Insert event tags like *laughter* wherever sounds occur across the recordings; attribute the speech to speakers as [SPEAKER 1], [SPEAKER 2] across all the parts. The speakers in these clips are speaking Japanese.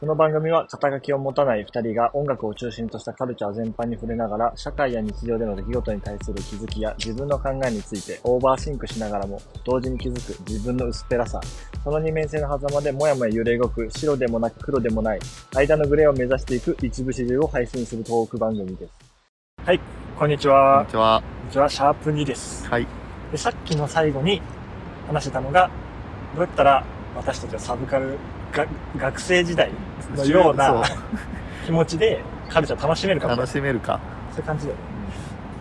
[SPEAKER 1] この番組は肩書きを持たない二人が音楽を中心としたカルチャー全般に触れながら社会や日常での出来事に対する気づきや自分の考えについてオーバーシンクしながらも同時に気づく自分の薄っぺらさその二面性の狭間でもやもや揺れ動く白でもなく黒でもない間のグレーを目指していく一部始終を配信するトーク番組ですはいこんにち
[SPEAKER 2] こん
[SPEAKER 1] は
[SPEAKER 2] にちは。
[SPEAKER 1] こんにちはシャープ2です
[SPEAKER 2] はい。
[SPEAKER 1] でさっきの最後に話してたのがどうやったら私たちはサブカルが学生時代のような
[SPEAKER 2] そう
[SPEAKER 1] 気持ちでカルチャー楽しめるかも
[SPEAKER 2] 楽しめるか。
[SPEAKER 1] そういう感じだよね。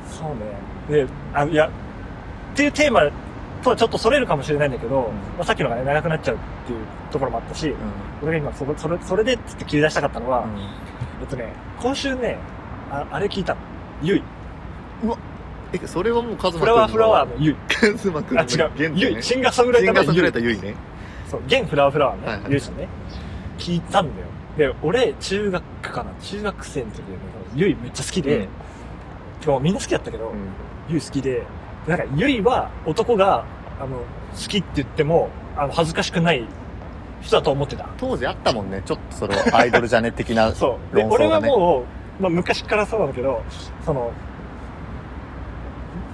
[SPEAKER 1] そうね。で、あの、いや、っていうテーマとはちょっとそれるかもしれないんだけど、
[SPEAKER 2] ん
[SPEAKER 1] まあ、さっきのがね、長くなっちゃうっていうところもあったし
[SPEAKER 2] う、ん。
[SPEAKER 1] 俺が今そこ、それ、それでちょっと切り出したかったのは、えっとね、今週ね、ああれ聞いたの。ゆい。
[SPEAKER 2] え、それはもうカズマ
[SPEAKER 1] フラワーフラワー
[SPEAKER 2] ー。
[SPEAKER 1] のゆい。
[SPEAKER 2] *laughs* カズマくん
[SPEAKER 1] あ、
[SPEAKER 2] の
[SPEAKER 1] 違う。
[SPEAKER 2] 原点
[SPEAKER 1] ゆ
[SPEAKER 2] ね。
[SPEAKER 1] い。
[SPEAKER 2] シ
[SPEAKER 1] シンガーソングライタ
[SPEAKER 2] ン
[SPEAKER 1] ーの
[SPEAKER 2] ガーソングライター
[SPEAKER 1] ゆい
[SPEAKER 2] ゆいね。
[SPEAKER 1] そう、現フラワーフラワーね、
[SPEAKER 2] はいはい
[SPEAKER 1] ゆいさんね。聞いたんだよ。で、俺、中学かな。中学生の時でね、ゆいめっちゃ好きで、
[SPEAKER 2] うん
[SPEAKER 1] でもみんな好きだったけど、
[SPEAKER 2] うん
[SPEAKER 1] ゆい好きで、なんか、ゆいは男が、あの、好きって言っても、あの、恥ずかしくない人だと思ってた。
[SPEAKER 2] 当時あったもんね。ちょっとそのアイドルじゃね的な。
[SPEAKER 1] *laughs* そう。で、
[SPEAKER 2] 論
[SPEAKER 1] 俺
[SPEAKER 2] 争
[SPEAKER 1] は
[SPEAKER 2] がね
[SPEAKER 1] もう、まあ、昔からそうなんだけど、その、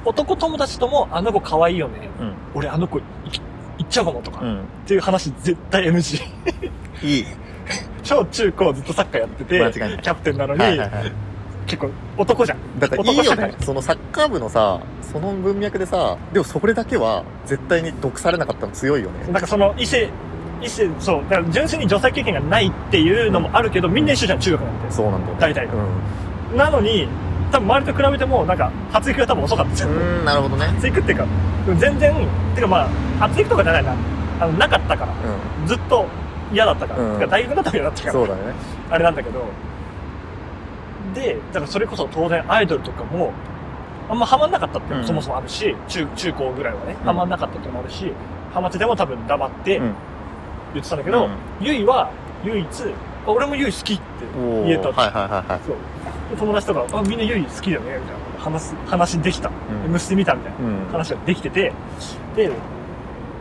[SPEAKER 1] 男友達とも、あの子可愛いよね。
[SPEAKER 2] うん。
[SPEAKER 1] 俺、あの子、い行っちゃうかもとか、
[SPEAKER 2] う
[SPEAKER 1] っ
[SPEAKER 2] ん。
[SPEAKER 1] ていう話絶対 NG。
[SPEAKER 2] いい。
[SPEAKER 1] 小中高ずっとサッカーやってて、
[SPEAKER 2] 間違いない
[SPEAKER 1] キャプテンなのに、
[SPEAKER 2] はいはいはい。
[SPEAKER 1] 結構男じゃん。
[SPEAKER 2] だからいいよ
[SPEAKER 1] 男社
[SPEAKER 2] ね。そのサッカー部のさ、その文脈でさ、でもそれだけは絶対に毒されなかったの強いよね。
[SPEAKER 1] なんかその異性、異性、そう、だから純粋に女性経験がないっていうのもあるけど、みんな一緒じゃん、中学なんて。
[SPEAKER 2] そうなんだよね。
[SPEAKER 1] 大体
[SPEAKER 2] う。ん。
[SPEAKER 1] なのに、多分周りと比べても、なんか、発育が多分遅かったじゃん。
[SPEAKER 2] うん、なるほどね。
[SPEAKER 1] 発育っていうか、全然、てかまあ、発育とかじゃないな。あの、なかったから。
[SPEAKER 2] う
[SPEAKER 1] ずっと嫌だったから。
[SPEAKER 2] うん
[SPEAKER 1] てか大学だったら嫌だった
[SPEAKER 2] ん。
[SPEAKER 1] か
[SPEAKER 2] そう
[SPEAKER 1] ら。
[SPEAKER 2] だね。
[SPEAKER 1] あれなんだけど。で、だからそれこそ当然アイドルとかも、あんまハマんなかったっていうのも
[SPEAKER 2] うん
[SPEAKER 1] そもそもあるし、中、中高ぐらいはね、
[SPEAKER 2] うん
[SPEAKER 1] ハマんなかったっていうのもあるし、ハマってても多分黙って
[SPEAKER 2] うん
[SPEAKER 1] 言ってたんだけど、
[SPEAKER 2] うん
[SPEAKER 1] ゆいは唯一、あ俺もゆい好きって
[SPEAKER 2] おー
[SPEAKER 1] 言えた
[SPEAKER 2] はいはいはいはい。
[SPEAKER 1] そう。で友達とか、あ、みんなゆい好きだよね、みたいな。話す、話できた。
[SPEAKER 2] うん
[SPEAKER 1] 結び見たみたいな
[SPEAKER 2] うん。
[SPEAKER 1] 話ができてて、で、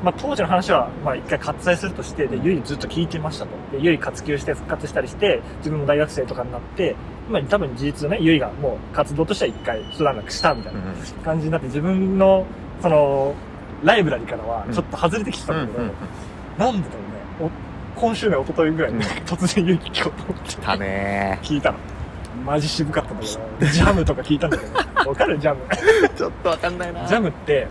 [SPEAKER 1] まあ当時の話は、まあ一回割愛するとして、で、ゆいずっと聞いてましたと。で、ゆい活休して復活したりして、自分も大学生とかになって、今多分事実ね、ゆいがもう活動としては一回一段落したみたいな
[SPEAKER 2] うん
[SPEAKER 1] 感じになって、自分の、その、ライブラリからは
[SPEAKER 2] うん
[SPEAKER 1] ちょっと外れてきてた
[SPEAKER 2] うん
[SPEAKER 1] だ
[SPEAKER 2] ん
[SPEAKER 1] けど、
[SPEAKER 2] うん。
[SPEAKER 1] なんでだろうね、お今週の一昨日ぐらいに、
[SPEAKER 2] うん
[SPEAKER 1] 突然ゆい聞こうと思って。
[SPEAKER 2] だね
[SPEAKER 1] 聞いたの。マジ渋かったんだけど、ジャムとか聞いたんだけど、わかるジャム。
[SPEAKER 2] ー。 *laughs* ちょっとわかんないな
[SPEAKER 1] ジャムって、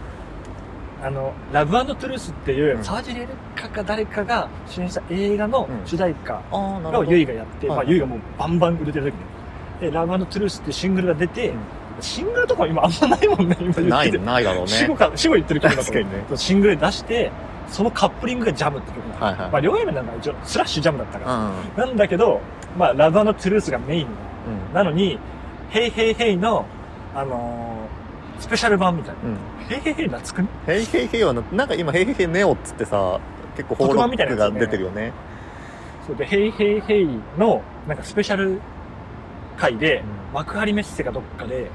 [SPEAKER 1] あの、ラブトゥルースっていう
[SPEAKER 2] う、ん
[SPEAKER 1] 沢尻エレカか誰かが主演した映画の
[SPEAKER 2] うん
[SPEAKER 1] 主題歌
[SPEAKER 2] あー、なる
[SPEAKER 1] を
[SPEAKER 2] ほど。
[SPEAKER 1] ユイがやって、
[SPEAKER 2] はい
[SPEAKER 1] まあユイがもうバンバン売れてる時ね。で、ラブトゥルースってシングルが出て、
[SPEAKER 2] うん
[SPEAKER 1] シングルとか今あんまないもんね、今言ってて。
[SPEAKER 2] ない、ないだろう
[SPEAKER 1] 死後
[SPEAKER 2] ね。
[SPEAKER 1] か、死後言ってる曲だと思う
[SPEAKER 2] 確かに
[SPEAKER 1] シングルで出して、そのカップリングがジャムって曲なの。
[SPEAKER 2] はいはい
[SPEAKER 1] まあ両 A 面なんか一応、スラッシュジャムだったから。
[SPEAKER 2] う
[SPEAKER 1] なんだけど、まあラブトゥルースがメイン
[SPEAKER 2] ん。うん。
[SPEAKER 1] なのに、ヘイヘイヘイの、あのースペシャル版みたいな。
[SPEAKER 2] うん。
[SPEAKER 1] ヘイヘイヘイ懐くね
[SPEAKER 2] ヘイヘイヘイはな、なんか今ヘイヘイヘイネオっつってさ、結構
[SPEAKER 1] 特
[SPEAKER 2] 報
[SPEAKER 1] 番みたいな
[SPEAKER 2] ク
[SPEAKER 1] や
[SPEAKER 2] が
[SPEAKER 1] つね
[SPEAKER 2] 出てるよね。
[SPEAKER 1] そうで、ヘイヘイヘイの、なんかスペシャル回で、
[SPEAKER 2] うん
[SPEAKER 1] 幕張メッセかどっかで、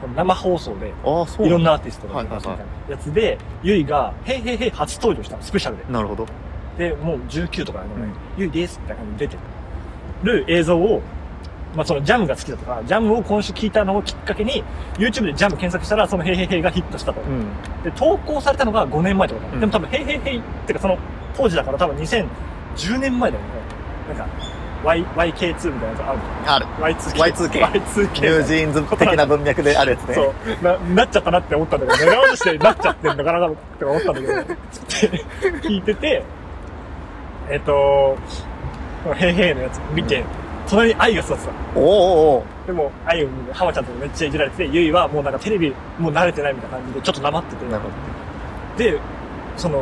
[SPEAKER 1] この生放送で、
[SPEAKER 2] ああ、そう
[SPEAKER 1] いろん
[SPEAKER 2] な。
[SPEAKER 1] なアーティストが出ますみたいなやつで、ゆいが、ヘイヘイヘイ初登場したの、スペシャルで。
[SPEAKER 2] なるほど。
[SPEAKER 1] で、もう19とかね、
[SPEAKER 2] うん
[SPEAKER 1] ゆいですって感じで出てる映像を、まあそのジャムが好きだとか、ジャムを今週聞いたのをきっかけに、YouTube でジャム検索したら、そのヘイヘイヘイがヒットしたと。
[SPEAKER 2] うん。
[SPEAKER 1] で、投稿されたのが5年前ってことだ、
[SPEAKER 2] うん
[SPEAKER 1] でも多分、へいへいへいってか、その当時だから多分2010年前だよね。なんか、Y、YK2 みたいなやつある
[SPEAKER 2] ある。
[SPEAKER 1] じゃん
[SPEAKER 2] Y2K
[SPEAKER 1] Y2K。
[SPEAKER 2] ニュージーンズ的な文脈であるやつね。
[SPEAKER 1] そうな、なっちゃったなって思ったんだけど、目としてなっちゃってんのかなって思ったんだけど、で聞いてて、えっ、と、へいへいのやつ見て、
[SPEAKER 2] う
[SPEAKER 1] 隣に愛が座ってた。
[SPEAKER 2] おーおー
[SPEAKER 1] でも、あゆみ、浜ちゃんとかめっちゃいじられてて、ゆいはもうなんかテレビもう慣れてないみたいな感じで、ちょっと黙ってて
[SPEAKER 2] おー。なるほど。
[SPEAKER 1] で、その、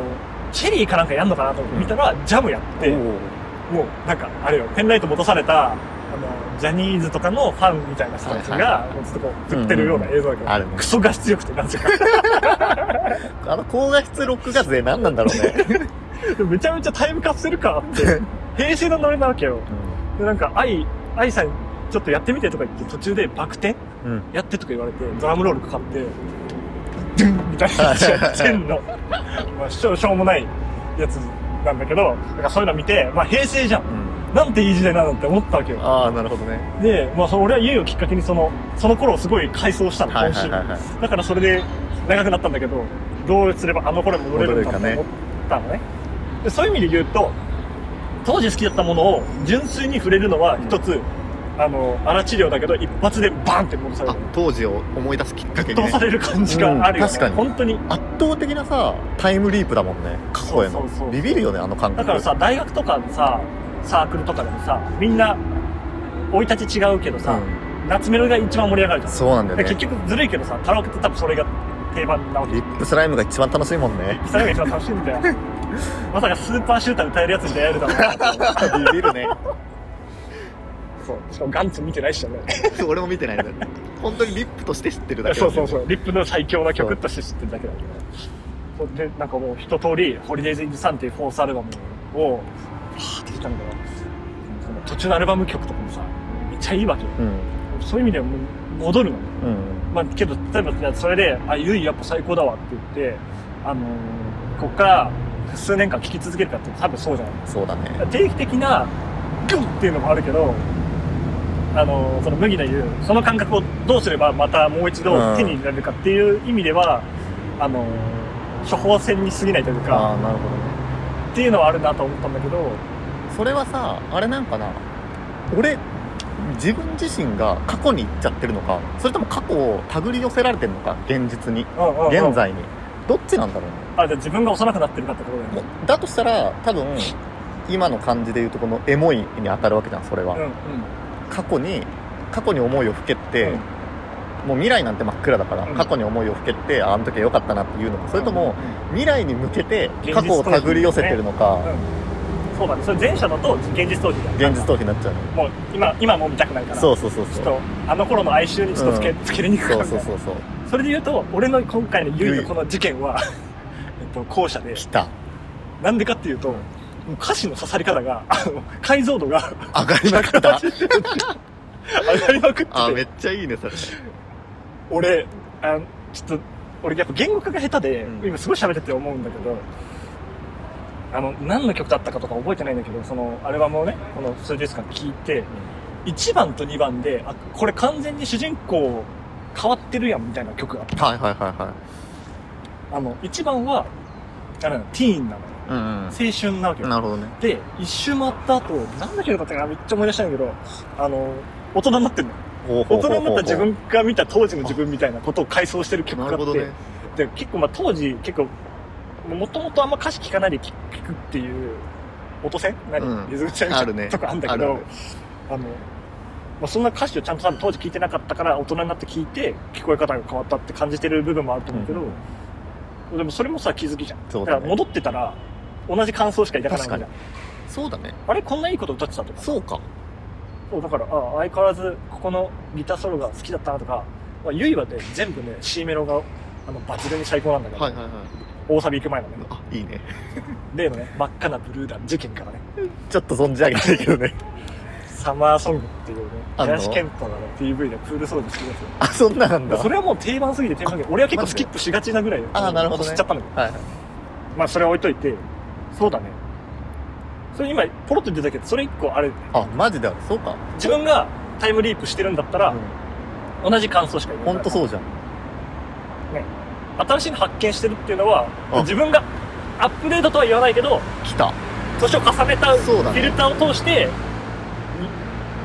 [SPEAKER 1] チェリーかなんかやんのかなと思って見たら、ジャムやって、も
[SPEAKER 2] おー
[SPEAKER 1] うなんか、あれよ、ペンライト戻された、あの、ジャニーズとかのファンみたいな人たち
[SPEAKER 2] はいは
[SPEAKER 1] が、もうずっとこう、振ってるような映像だけど、
[SPEAKER 2] あるね
[SPEAKER 1] ク。ソ画質良くて、なぜ
[SPEAKER 2] *laughs*
[SPEAKER 1] か。
[SPEAKER 2] あの高画質ロック画勢何なんだろう *laughs* ね。
[SPEAKER 1] でもめちゃめちゃタイムカプセル感あ
[SPEAKER 2] *laughs*
[SPEAKER 1] って、平成のノリなわけよ。で、なんか、愛、愛さん、ちょっとやってみてとか言って、途中でバク転
[SPEAKER 2] うん。うん。
[SPEAKER 1] やってとか言われて、ドラムロールかかって、ドゥンみたいなやつやってん
[SPEAKER 2] *laughs*
[SPEAKER 1] の。まあ、しょうしょうもないやつなんだけど、なんかそういうの見て、まあ平成じゃん。
[SPEAKER 2] うん
[SPEAKER 1] なんていい時代なんだって思ったわけよ。
[SPEAKER 2] ああなるほどね
[SPEAKER 1] で、まあ、その俺はゆいをきっかけにその、その頃をすごい回想したの、
[SPEAKER 2] はい
[SPEAKER 1] 今
[SPEAKER 2] は
[SPEAKER 1] 週
[SPEAKER 2] い。はいはい
[SPEAKER 1] だからそれで長くなったんだけど、どうすればあの頃に戻れるのかと
[SPEAKER 2] 戻れ
[SPEAKER 1] 思
[SPEAKER 2] る
[SPEAKER 1] ったのね。でそういう意味で言うと、当時好きだったものを純粋に触れるのは一つ、あの、荒治療だけど、一発でバンって戻され
[SPEAKER 2] あ
[SPEAKER 1] る。
[SPEAKER 2] 当時を思い出すきっかけに、
[SPEAKER 1] 戻
[SPEAKER 2] ね
[SPEAKER 1] さ、れる感じがあるよね。
[SPEAKER 2] うん確かに
[SPEAKER 1] 本当に。
[SPEAKER 2] 圧倒的なさタイムリープだもんね過去へ
[SPEAKER 1] そ
[SPEAKER 2] の
[SPEAKER 1] うそうそう
[SPEAKER 2] ビビるよねあの感
[SPEAKER 1] だ
[SPEAKER 2] 覚
[SPEAKER 1] からさ、大学とかのさ、サークルとかでもさ、みんな、生い立ち違うけど
[SPEAKER 2] う
[SPEAKER 1] さ、
[SPEAKER 2] ん、
[SPEAKER 1] 夏メロが一番盛り上がるじゃん。
[SPEAKER 2] そうなんだよ
[SPEAKER 1] で
[SPEAKER 2] ね
[SPEAKER 1] 結局ずるいけどさ、カラオケって多分それが定番なわけ。
[SPEAKER 2] リップスライムが一番楽しいもんね
[SPEAKER 1] それが一番楽しいんだ *laughs* よ。まさかスーパーシューター歌えるやつに出会えるだろう *laughs* なと思っ
[SPEAKER 2] ビビるね
[SPEAKER 1] て。そう。しかもガンツ見てないしね。
[SPEAKER 2] *laughs* 俺も見てないんだよね本当にリップとして知ってるだけ
[SPEAKER 1] そ
[SPEAKER 2] な
[SPEAKER 1] うん
[SPEAKER 2] だよ
[SPEAKER 1] そ
[SPEAKER 2] ね
[SPEAKER 1] うそう。リップの最強な曲として知ってるだけだけど。そうで、なんかもう一通り、ホリデイズ・イン・サンっていうフォースアルバムを、はぁってきたんだよ。その途中のアルバム曲とかもさ、めっちゃいいわけよ。
[SPEAKER 2] うん
[SPEAKER 1] そういう意味ではもう戻るのね。
[SPEAKER 2] うん
[SPEAKER 1] まあ、けど、例えばね、それで、あ、ゆいやっぱ最高だわって言って、あのーこっから数年間聴き続けるかって多分そうじゃない。
[SPEAKER 2] そうだね
[SPEAKER 1] 定期的なグンっていうのもあるけど、あの、その麦の言う、その感覚をどうすればまたもう一
[SPEAKER 2] う
[SPEAKER 1] 度
[SPEAKER 2] ん
[SPEAKER 1] 手に入れられるかっていう意味では、あの、処方箋に過ぎないという
[SPEAKER 2] あ
[SPEAKER 1] か、
[SPEAKER 2] あなるほどね
[SPEAKER 1] っていうのはあるなと思ったんだけど、
[SPEAKER 2] それはさあれなんかな俺自分自身が過去に行っちゃってるのかそれとも過去を手繰り寄せられてるのか現実に
[SPEAKER 1] うんうんうん
[SPEAKER 2] 現。在にどっちなんだろうね
[SPEAKER 1] あ、じゃあ自分が幼くなってるかってことだよね。
[SPEAKER 2] もうだとしたら多分今の感じで言うとこのエモいに当たるわけじゃんそれは、
[SPEAKER 1] うんうん。
[SPEAKER 2] 過去に過去に思いをふけって、
[SPEAKER 1] うん
[SPEAKER 2] もう未来なんて真っ暗だから、
[SPEAKER 1] うん
[SPEAKER 2] 過去に思いをふけってああの時は良かったなっていうのかそれとも、
[SPEAKER 1] う
[SPEAKER 2] 未来に向けて
[SPEAKER 1] 現実
[SPEAKER 2] 過去を手繰り寄せてるのか、
[SPEAKER 1] んそうだね。それ前者だと現実逃避だよ
[SPEAKER 2] 現実逃避になっちゃうの
[SPEAKER 1] もう今、今はもう見たくないから。。
[SPEAKER 2] そううそうそう
[SPEAKER 1] ち
[SPEAKER 2] そ
[SPEAKER 1] ょっ
[SPEAKER 2] う
[SPEAKER 1] と、あの頃の哀愁にちょっとつけ、
[SPEAKER 2] う
[SPEAKER 1] つけれにくくな
[SPEAKER 2] そ
[SPEAKER 1] るみたい
[SPEAKER 2] うそ
[SPEAKER 1] な
[SPEAKER 2] うそうそう
[SPEAKER 1] それで言うと、俺の今回のゆいのこの事件は、 *laughs* えっと、後者で、
[SPEAKER 2] 来た
[SPEAKER 1] なんでかっていうと、もう歌詞の刺さり方が、あの、解像度が
[SPEAKER 2] 上がりまく
[SPEAKER 1] *laughs*
[SPEAKER 2] った
[SPEAKER 1] 上がりまくって
[SPEAKER 2] あめ
[SPEAKER 1] て、
[SPEAKER 2] っちゃいいねそれ
[SPEAKER 1] 俺、あのちょっと、俺やっぱ言語化が下手で、
[SPEAKER 2] うん
[SPEAKER 1] 今すごい喋ってて思うんだけど、あの、何の曲だったかとか覚えてないんだけど、その、アルバムをね、この数日間聴いて、1番と2番で、あ、これ完全に主人公変わってるやんみたいな曲があっ
[SPEAKER 2] はいはいはいは
[SPEAKER 1] た。あの、1番は、あの、ティーンなのよ。
[SPEAKER 2] いうん、
[SPEAKER 1] 青春なわけ
[SPEAKER 2] う
[SPEAKER 1] よ
[SPEAKER 2] ん、。なるほどね
[SPEAKER 1] で、一周回った後、なんだけどかったかなめっちゃ思い出したんだけど、あの、大人になってんのよ。
[SPEAKER 2] 大
[SPEAKER 1] 大人になった自分が見た当時の自分みたいなことを回想してる曲があ
[SPEAKER 2] な
[SPEAKER 1] って
[SPEAKER 2] る、ほどね
[SPEAKER 1] で結構まあ当時、結構、もともとあんま歌詞聞かないで聞聞くっていう、音線何、
[SPEAKER 2] うん
[SPEAKER 1] リズムチェンジ
[SPEAKER 2] あるね
[SPEAKER 1] とかあるんだけ
[SPEAKER 2] あ
[SPEAKER 1] ど、
[SPEAKER 2] る
[SPEAKER 1] あ
[SPEAKER 2] ある
[SPEAKER 1] の、まあ、そんな歌詞をちゃんと多分当時聞いてなかったから、大人になって聞いて、聞こえ方が変わったって感じてる部分もあると思うけど、でもそれもさ、気づきじゃん。
[SPEAKER 2] そう
[SPEAKER 1] だ
[SPEAKER 2] だ
[SPEAKER 1] から
[SPEAKER 2] ね
[SPEAKER 1] 戻ってたら、同じ感想しか抱かないわけじゃん。
[SPEAKER 2] そうだね
[SPEAKER 1] あれこんないいこと歌ってたとか。
[SPEAKER 2] そうか
[SPEAKER 1] そうだから、あ相変わらず、ここのギターソロが好きだったなとか、まあ、ゆいはね、全部ね、C メロが、あの、抜群に最高なんだけど、
[SPEAKER 2] はいはいはい
[SPEAKER 1] 大サビ行く前のね、
[SPEAKER 2] あいいね
[SPEAKER 1] 例のね、真っ赤なブルーダン事件からね、
[SPEAKER 2] ちょっと存じ上げないけどね *laughs*
[SPEAKER 1] サマーソングっていうね、
[SPEAKER 2] あんの
[SPEAKER 1] 林健太がね、PV でプールソロで好きですよ。
[SPEAKER 2] あそんななんだ
[SPEAKER 1] それはもう定番すぎて定番だけど、俺は結構スキップしがちなぐらい
[SPEAKER 2] あーなるほどね
[SPEAKER 1] 知っちゃったのよ。
[SPEAKER 2] はい
[SPEAKER 1] まあ、それは置いといて、そうだね。それ今、ポロッと出たけど、それ一個あれ、
[SPEAKER 2] あマジだそうか
[SPEAKER 1] 自分がタイムリープしてるんだったら、同じ感想しか言えない。
[SPEAKER 2] ほんとそうじゃん
[SPEAKER 1] 新しいの発見してるっていうのは
[SPEAKER 2] あ
[SPEAKER 1] 自分がアップデートとは言わないけど
[SPEAKER 2] 来た
[SPEAKER 1] 年を重ねたフ
[SPEAKER 2] そうだね
[SPEAKER 1] ィルターを通して、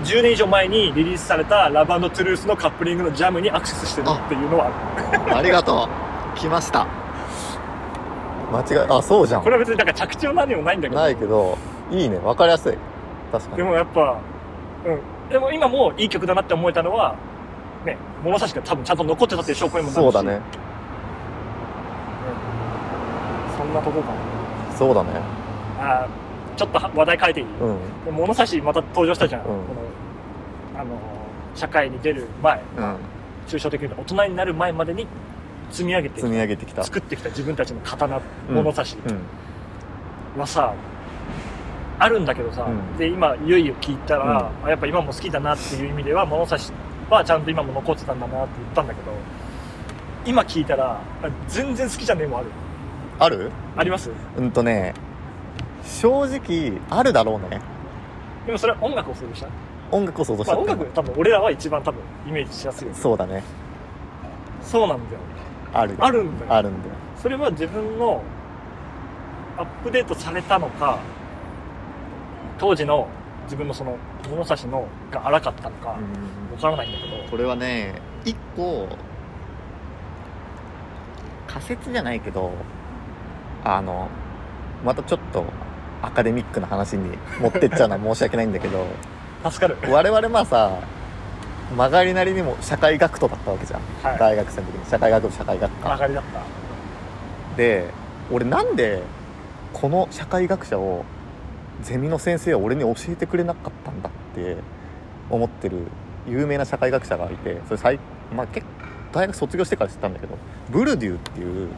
[SPEAKER 1] 10年以上前にリリースされた「ラブトゥルース」のカップリングのジャムにアクセスしてるっていうのはある
[SPEAKER 2] ありがとう来ました間違いあそうじゃ
[SPEAKER 1] こ
[SPEAKER 2] ん
[SPEAKER 1] れは別になんか着地も何もないんだけど
[SPEAKER 2] ないけどいいねわかりやすい確か
[SPEAKER 1] で
[SPEAKER 2] に
[SPEAKER 1] もやっぱうんでも今もいい曲だなって思えたのはね物差しが多分ちゃんと残ってたっていう証拠にもなるし
[SPEAKER 2] そうだね
[SPEAKER 1] そんなとこか
[SPEAKER 2] そうだね
[SPEAKER 1] なあーちょっとは話題変えていい
[SPEAKER 2] うん
[SPEAKER 1] で物差しまた登場したじゃん、
[SPEAKER 2] うん
[SPEAKER 1] このあの社会に出る前
[SPEAKER 2] うん
[SPEAKER 1] 抽象的に言うと大人になる前までに積み上げて
[SPEAKER 2] 積み上げてきた
[SPEAKER 1] 作ってきた自分たちの刀
[SPEAKER 2] うん
[SPEAKER 1] 物差し
[SPEAKER 2] うん
[SPEAKER 1] はさ、あるんだけどさ、
[SPEAKER 2] うん
[SPEAKER 1] で今ゆいを聞いたら、あやっぱ今も好きだなっていう意味では物差しはちゃんと今も残ってたんだなって言ったんだけど今聞いたらあ全然好きじゃねえもんある
[SPEAKER 2] ある
[SPEAKER 1] あります
[SPEAKER 2] うんとね正直あるだろうね
[SPEAKER 1] でもそれは音楽を想像した。
[SPEAKER 2] 音楽を想像しち
[SPEAKER 1] ま
[SPEAKER 2] ゃ
[SPEAKER 1] あ
[SPEAKER 2] っ
[SPEAKER 1] 音
[SPEAKER 2] たよ、
[SPEAKER 1] 楽多分俺らは一番多分イメージしやすいよね。
[SPEAKER 2] そうだね
[SPEAKER 1] そうなんだよ。
[SPEAKER 2] ある
[SPEAKER 1] あるんだよ。
[SPEAKER 2] あるんだよ
[SPEAKER 1] それは自分のアップデートされたのか、当時の自分のその物差しのが荒かったのか、わからないんだけど、
[SPEAKER 2] これはね一個仮説じゃないけどあのまたちょっとアカデミックな話に持ってっちゃうのは申し訳ないんだけど
[SPEAKER 1] 助かる。
[SPEAKER 2] 我々まあさ曲がりなりにも社会学徒だったわけじゃん
[SPEAKER 1] はい。
[SPEAKER 2] 大学生の時に社会学部社会学
[SPEAKER 1] 曲
[SPEAKER 2] 科
[SPEAKER 1] がりだった。
[SPEAKER 2] で俺なんでこの社会学者をゼミの先生は俺に教えてくれなかったんだって思ってる有名な社会学者がいてそれ最、まあ、結構大学卒業してから知ったんだけどブルデューっていう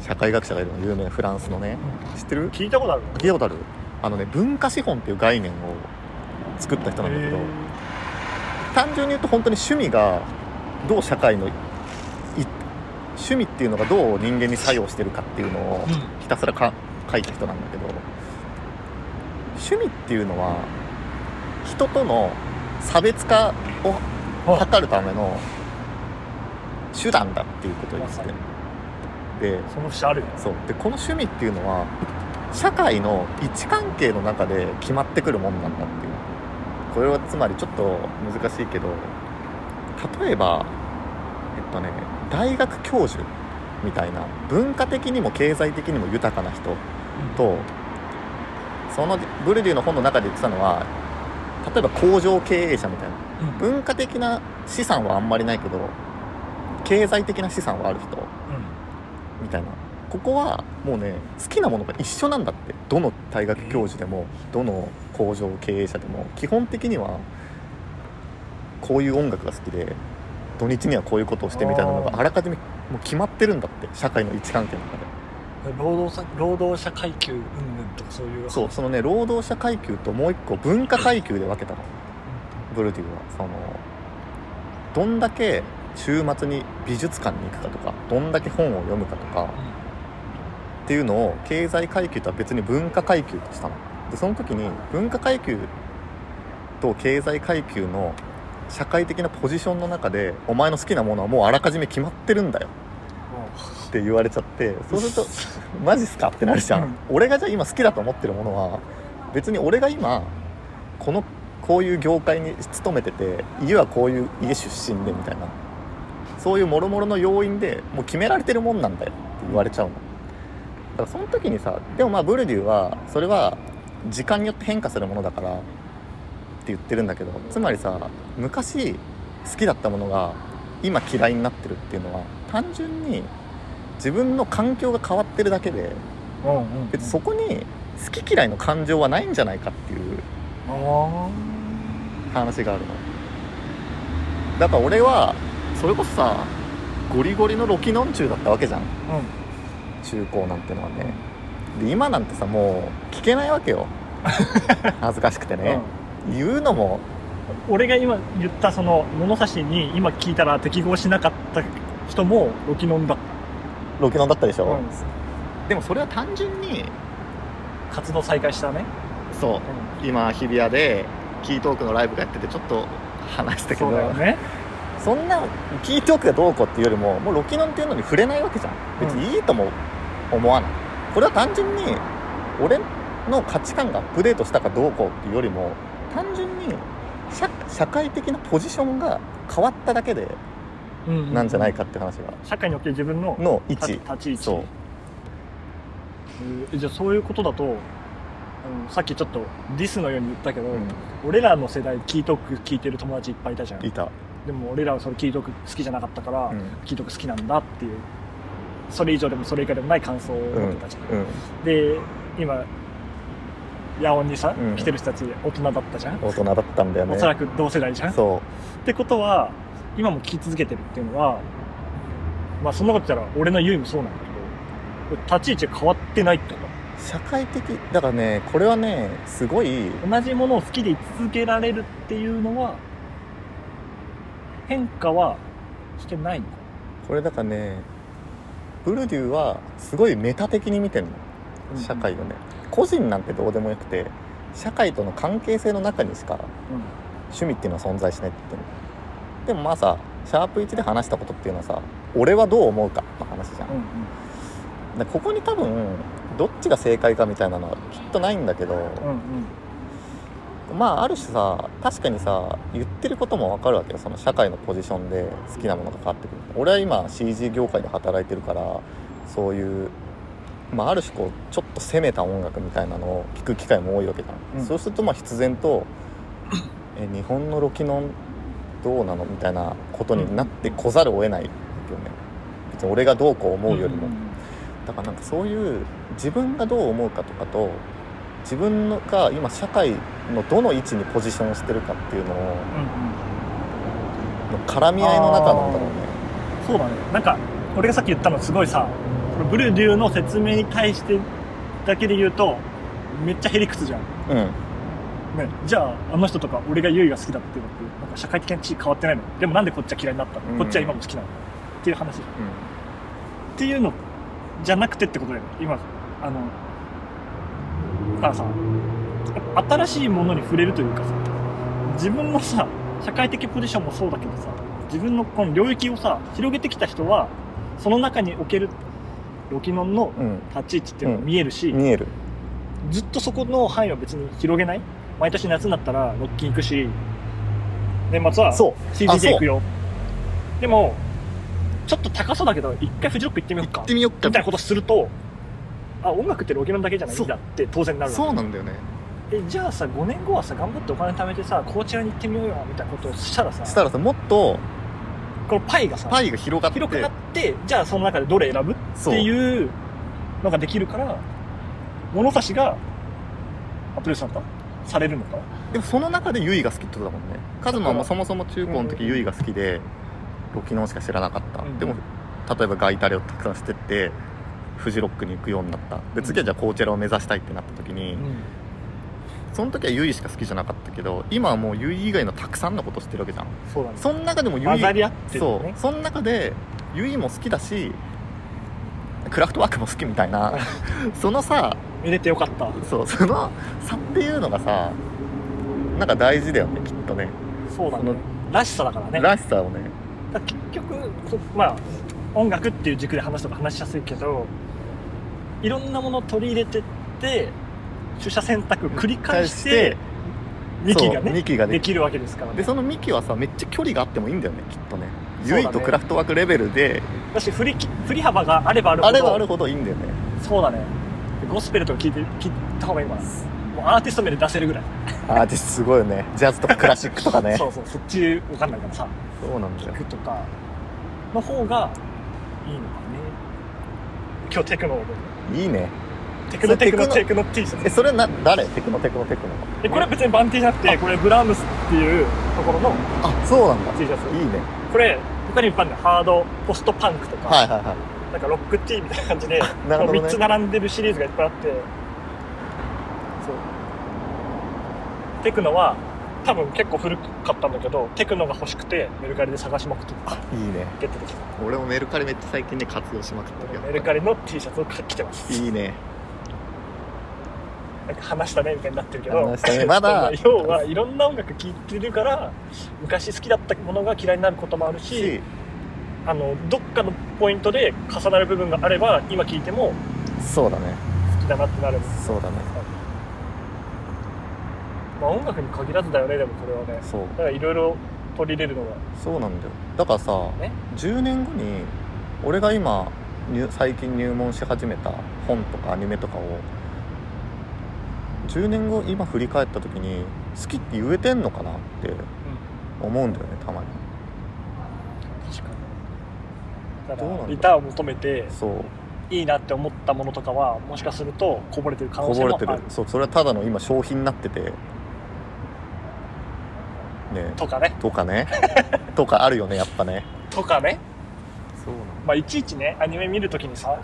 [SPEAKER 2] 社会学者がいるの有名なフランスのね知ってる
[SPEAKER 1] 聞いたことある
[SPEAKER 2] 聞いたことあるあのね文化資本っていう概念を作った人なんだけど
[SPEAKER 1] へ
[SPEAKER 2] 単純に言うと本当に趣味がどう社会のい趣味っていうのがどう人間に作用してるかっていうのを
[SPEAKER 1] ー
[SPEAKER 2] ひたすらか書いた人なんだけど趣味っていうのは人との差別化を
[SPEAKER 1] はい
[SPEAKER 2] 図るための手段だっていうことを言って
[SPEAKER 1] まさ
[SPEAKER 2] てで
[SPEAKER 1] その節あるよね。
[SPEAKER 2] そうでこの趣味っていうのは社会の位置関係の中で決まってくるもんなんだっていうこれはつまりちょっと難しいけど例えばえっとね大学教授みたいな文化的にも経済的にも豊かな人とそのブルデューの本の中で言ってたのは例えば工場経営者みたいな
[SPEAKER 1] うん
[SPEAKER 2] 文化的な資産はあんまりないけど経済的な資産はある人みたいなここはもうね好きなものが一緒なんだってどの大学教授でもどの工場経営者でも基本的にはこういう音楽が好きで土日にはこういうことをしてみたいなの
[SPEAKER 1] あー
[SPEAKER 2] があらかじめもう決まってるんだって社会の位置関係の中で
[SPEAKER 1] うん労働者、労働者階級云々とかそういう。
[SPEAKER 2] そうそのね労働者階級ともう一個文化階級で分けたのブルディはそのどんだけ週末に美術館に行くかとかどんだけ本を読むかとか
[SPEAKER 1] うん。
[SPEAKER 2] っていうのを経済階級とは別に文化階級としたのでその時に文化階級と経済階級の社会的なポジションの中でお前の好きなものはもうあらかじめ決まってるんだよって言われちゃってそうすると「マジっすか?」ってなるじゃん、
[SPEAKER 1] うん
[SPEAKER 2] 俺がじゃあ今好きだと思ってるものは別に俺が今このこういう業界に勤めてて家はこういう家出身でみたいなそういうもろもろの要因でもう決められてるもんなんだよって言われちゃうのだからその時にさでもまあブルデューはそれは時間によって変化するものだからって言ってるんだけどつまりさ昔好きだったものが今嫌いになってるっていうのは単純に自分の環境が変わってるだけで
[SPEAKER 1] うんうんうん。
[SPEAKER 2] 別にそこに好き嫌いの感情はないんじゃないかっていう
[SPEAKER 1] あー
[SPEAKER 2] 話があるのだから俺はそれこそさゴリゴリのロキノン中だったわけじゃん
[SPEAKER 1] うん。
[SPEAKER 2] 中高なんてのはねで今なんてさもう聞けないわけ *laughs* よ恥ずかしくてね、言うのも
[SPEAKER 1] うん、俺が今言ったその物差しに今聞いたら適合しなかった人もロキノンだっ、
[SPEAKER 2] ロキノンだったでしたょ、でもそれは単純に
[SPEAKER 1] 活動再開したね、
[SPEAKER 2] そう今日比谷でキートークのライブがやっててちょっと話したけ
[SPEAKER 1] そ
[SPEAKER 2] ど
[SPEAKER 1] うだよね
[SPEAKER 2] そんな聞いておくがどうこうっていうよりももうロキノンっていうのに触れないわけじゃん別にいいとも思わない、これは単純に俺の価値観がアップデートしたかどうこうっていうよりも単純に社社会的なポジションが変わっただけでなんじゃないかって話が、
[SPEAKER 1] 社会における自分の
[SPEAKER 2] の位
[SPEAKER 1] 立
[SPEAKER 2] 置
[SPEAKER 1] 立ち位置
[SPEAKER 2] そう
[SPEAKER 1] えーじゃあそういうことだとあのさっきちょっとディスのように言ったけど、
[SPEAKER 2] う
[SPEAKER 1] 俺らの世代キートーク聞いてる友達いっぱいいたじゃん
[SPEAKER 2] んいた、
[SPEAKER 1] でも俺らはそれキートーク好きじゃなかったから、
[SPEAKER 2] うん
[SPEAKER 1] キートーク好きなんだっていうそれ以上でもそれ以下でもない感想を持ってたじゃん、
[SPEAKER 2] うん、
[SPEAKER 1] で今野音にさ、
[SPEAKER 2] うん
[SPEAKER 1] 来てる人たち大人だったじゃん、
[SPEAKER 2] 大人だったんだよね
[SPEAKER 1] おそらく同世代じゃんっ
[SPEAKER 2] そ
[SPEAKER 1] てことは今も聞き続けてるっていうのはまあそんなこと言ったら俺の優位もそうなんだけど立ち位置が変わってないってこ
[SPEAKER 2] う社会的だからねこれはねすごい
[SPEAKER 1] と同じものを好きで居続けられるっていうのは変化はしてないのか
[SPEAKER 2] これだからねブルデューはすごいメタ的に見てるの
[SPEAKER 1] な
[SPEAKER 2] 社会をね個人なんてどうでもよくて社会との関係性の中にしか趣味っていうのは存在しないって言ってるでもまあさシャープ1で話したことっていうのはさ俺はどう思うかの話じゃん、
[SPEAKER 1] うん
[SPEAKER 2] でここに多分どっちが正解かみたいなのはきっとないんだけど、
[SPEAKER 1] うんうん
[SPEAKER 2] まあある種さ確かにさ言ってることもわかるわけよその社会のポジションで好きなものが変わってくる俺は今 CG 業界で働いてるからそういう、まあ、ある種こうちょっと攻めた音楽みたいなのを聴く機会も多いわけじゃん、
[SPEAKER 1] うん
[SPEAKER 2] そうするとまあ必然とえ日本のロキノンどうなのみたいなことになってこざるを得ないわけよね別に俺がどうこう思うよりも、
[SPEAKER 1] んん
[SPEAKER 2] だからなんかそういう自分がどう思うかとかと自分のが今社会のどの位置にポジションしてるかっていうのを
[SPEAKER 1] うんうん
[SPEAKER 2] の絡み合いの中なんだろうね
[SPEAKER 1] そうだねなんか俺がさっき言ったのすごいさこのブルデューの説明に対してだけで言うとめっちゃへりくつじゃん、ね、じゃああの人とか俺がユイが好きだっていうのってなんか社会的な地位変わってないのでもなんでこっちは嫌いになったの、
[SPEAKER 2] うん
[SPEAKER 1] こっちは今も好きなのっていう話じゃんっ
[SPEAKER 2] うん、
[SPEAKER 1] ていうのじゃなくてってことだよね今あのだからさ新しいものに触れるというかさ自分のさ社会的ポジションもそうだけどさ自分のこの領域をさ広げてきた人はその中におけるロキノンの
[SPEAKER 2] うん
[SPEAKER 1] 立ち位置っていうのが見えるし、
[SPEAKER 2] 見える
[SPEAKER 1] ずっとそこの範囲は別に広げない毎年夏になったらロッキン行くし年末は
[SPEAKER 2] そう
[SPEAKER 1] CDJ 行くよでもちょっと高そうだけど一回フジロック行ってみよう
[SPEAKER 2] 行
[SPEAKER 1] か
[SPEAKER 2] ってみよっ
[SPEAKER 1] みたい
[SPEAKER 2] か
[SPEAKER 1] なことするとあ音楽ってロケノンだけじゃないんだって当然なるわけ
[SPEAKER 2] そうなんだよね
[SPEAKER 1] えじゃあさ5年後はさ頑張ってお金貯めてさこちらに行ってみようよみたいなことをしたらさ
[SPEAKER 2] したらさもっと
[SPEAKER 1] このパイがさ
[SPEAKER 2] パイが広がって
[SPEAKER 1] 広くなってじゃあその中でどれ選ぶっ
[SPEAKER 2] そう
[SPEAKER 1] ていうのができるから物差しがアップデートされたされるのか
[SPEAKER 2] でもその中でユイが好きってことだもんねカズマもそもそも中高の時
[SPEAKER 1] うん
[SPEAKER 2] ユイが好きでロキノンしか知らなかった、
[SPEAKER 1] うん
[SPEAKER 2] でも例えばガイタレをたくさんしてってフジロックに行くようになったで次はじゃあコーチェラを目指したいってなった時に、その時はユイしか好きじゃなかったけど今はもうユイ以外のたくさんのことしてるわけじゃん
[SPEAKER 1] そうだね
[SPEAKER 2] その中でもユイ
[SPEAKER 1] 混ざり合ってる
[SPEAKER 2] そ
[SPEAKER 1] よ
[SPEAKER 2] う
[SPEAKER 1] ね
[SPEAKER 2] その中でユイも好きだしクラフトワークも好きみたいな *laughs* そのさ
[SPEAKER 1] 見れてよかった
[SPEAKER 2] そうその差っていうのがさなんか大事だよねきっとね
[SPEAKER 1] そうだ
[SPEAKER 2] そ
[SPEAKER 1] ね
[SPEAKER 2] の
[SPEAKER 1] らしさだからね
[SPEAKER 2] らしさをね
[SPEAKER 1] だから結局こまあ音楽っていう軸で話すとか話しやすいけどいろんなものを取り入れてって取捨選択を繰り返して幹が
[SPEAKER 2] そう
[SPEAKER 1] ね
[SPEAKER 2] 幹が
[SPEAKER 1] で
[SPEAKER 2] ね
[SPEAKER 1] きるわけですから
[SPEAKER 2] で
[SPEAKER 1] ね
[SPEAKER 2] その幹はさめっちゃ距離があってもいいんだよねきっとね
[SPEAKER 1] そうだ
[SPEAKER 2] ユ
[SPEAKER 1] ね
[SPEAKER 2] イとクラフトワークレベルで
[SPEAKER 1] だし振りき振り幅があればあるほど
[SPEAKER 2] あればあるほどいいんだよね
[SPEAKER 1] そうだねゴスペルとか聞いて聞いた方がいいわもうアーティスト名で出せるぐらい、
[SPEAKER 2] アーティストすごいよねジャズとかクラシックとか *laughs* ね
[SPEAKER 1] そうそうそっち分かんないからさ
[SPEAKER 2] そうなんだよ
[SPEAKER 1] 聞くとかの方がいいのかね今日テクノを覚え
[SPEAKER 2] いいね
[SPEAKER 1] たテクノテクノ
[SPEAKER 2] それ
[SPEAKER 1] テクノ T シャツ
[SPEAKER 2] えそれな誰テクノテクノテクノ
[SPEAKER 1] えこれは別にバン T じゃなくてこれブラームスっていうところの
[SPEAKER 2] あそうなんだ
[SPEAKER 1] T シャツ
[SPEAKER 2] いいね
[SPEAKER 1] これ他にもいっぱいあるんだよハードポストパンクとか、
[SPEAKER 2] はいはいはい
[SPEAKER 1] なんかロック T みたいな感じで、
[SPEAKER 2] *laughs* なるほどね
[SPEAKER 1] 3つ並んでるシリーズがいっぱいあってそうテクノは多分結構古かったんだけどテクノが欲しくてメルカリで探しまくって
[SPEAKER 2] いいね
[SPEAKER 1] ゲットできた
[SPEAKER 2] 俺もメルカリめっちゃ最近ね活用しまくったけど
[SPEAKER 1] メルカリの T シャツを着てます
[SPEAKER 2] いいね
[SPEAKER 1] なんか話したねみたいになってるけど
[SPEAKER 2] 話し
[SPEAKER 1] *laughs*
[SPEAKER 2] たねまだ
[SPEAKER 1] そう要はいろんな音楽聴いてるから昔好きだったものが嫌いになることもあるし
[SPEAKER 2] し
[SPEAKER 1] あのどっかのポイントで重なる部分があれば今聴いても
[SPEAKER 2] そうだね
[SPEAKER 1] 好きだなってなる、
[SPEAKER 2] そうだね
[SPEAKER 1] まあ、音楽に限らずだよねでもこれはね
[SPEAKER 2] そう
[SPEAKER 1] だからいろいろ取り入れるのが
[SPEAKER 2] そうなんだよだからさ、
[SPEAKER 1] ね
[SPEAKER 2] 10年後に俺が今入最近入門し始めた本とかアニメとかを10年後今振り返った時に好きって言えてんのかなって思うんだよねたまに
[SPEAKER 1] 確かにだか
[SPEAKER 2] どうなんだ
[SPEAKER 1] らリターンを求めて
[SPEAKER 2] そう
[SPEAKER 1] いいなって思ったものとかはもしかするとこぼれてる可
[SPEAKER 2] こ
[SPEAKER 1] 能性
[SPEAKER 2] ぼ
[SPEAKER 1] も
[SPEAKER 2] れ
[SPEAKER 1] あ
[SPEAKER 2] て
[SPEAKER 1] る
[SPEAKER 2] るそうそれはただの今商品になっててね
[SPEAKER 1] とかね
[SPEAKER 2] と
[SPEAKER 1] *laughs*
[SPEAKER 2] かねとかあるよねやっぱね
[SPEAKER 1] とかね
[SPEAKER 2] そう
[SPEAKER 1] まあいちいちねアニメ見るときにさ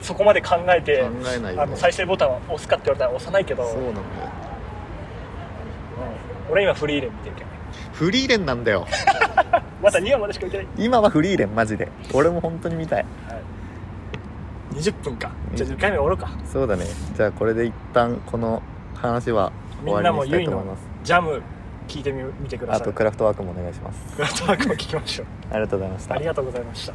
[SPEAKER 1] そこまで考えて、
[SPEAKER 2] なん考えないよ、ね、
[SPEAKER 1] あの再生ボタンを押すかって言われたら押さないけど、
[SPEAKER 2] そう
[SPEAKER 1] うん
[SPEAKER 2] なんだよ
[SPEAKER 1] 俺今フリーレン見てるけどね
[SPEAKER 2] フリーレンなんだよ
[SPEAKER 1] まだ2話までしか見てない
[SPEAKER 2] 今はフリーレンマジで俺も本当に見たい
[SPEAKER 1] 20分かじゃあ10回目終わろうか
[SPEAKER 2] そうだねじゃあこれで一旦この話は終わりにしたいと思います
[SPEAKER 1] ジャム聞いてみ見てくだ
[SPEAKER 2] あ
[SPEAKER 1] さい
[SPEAKER 2] とクラフトワークもお願いしま
[SPEAKER 1] *laughs*
[SPEAKER 2] す
[SPEAKER 1] クラフトワークも聞きましょう
[SPEAKER 2] ありがとうございました
[SPEAKER 1] ありがとうございました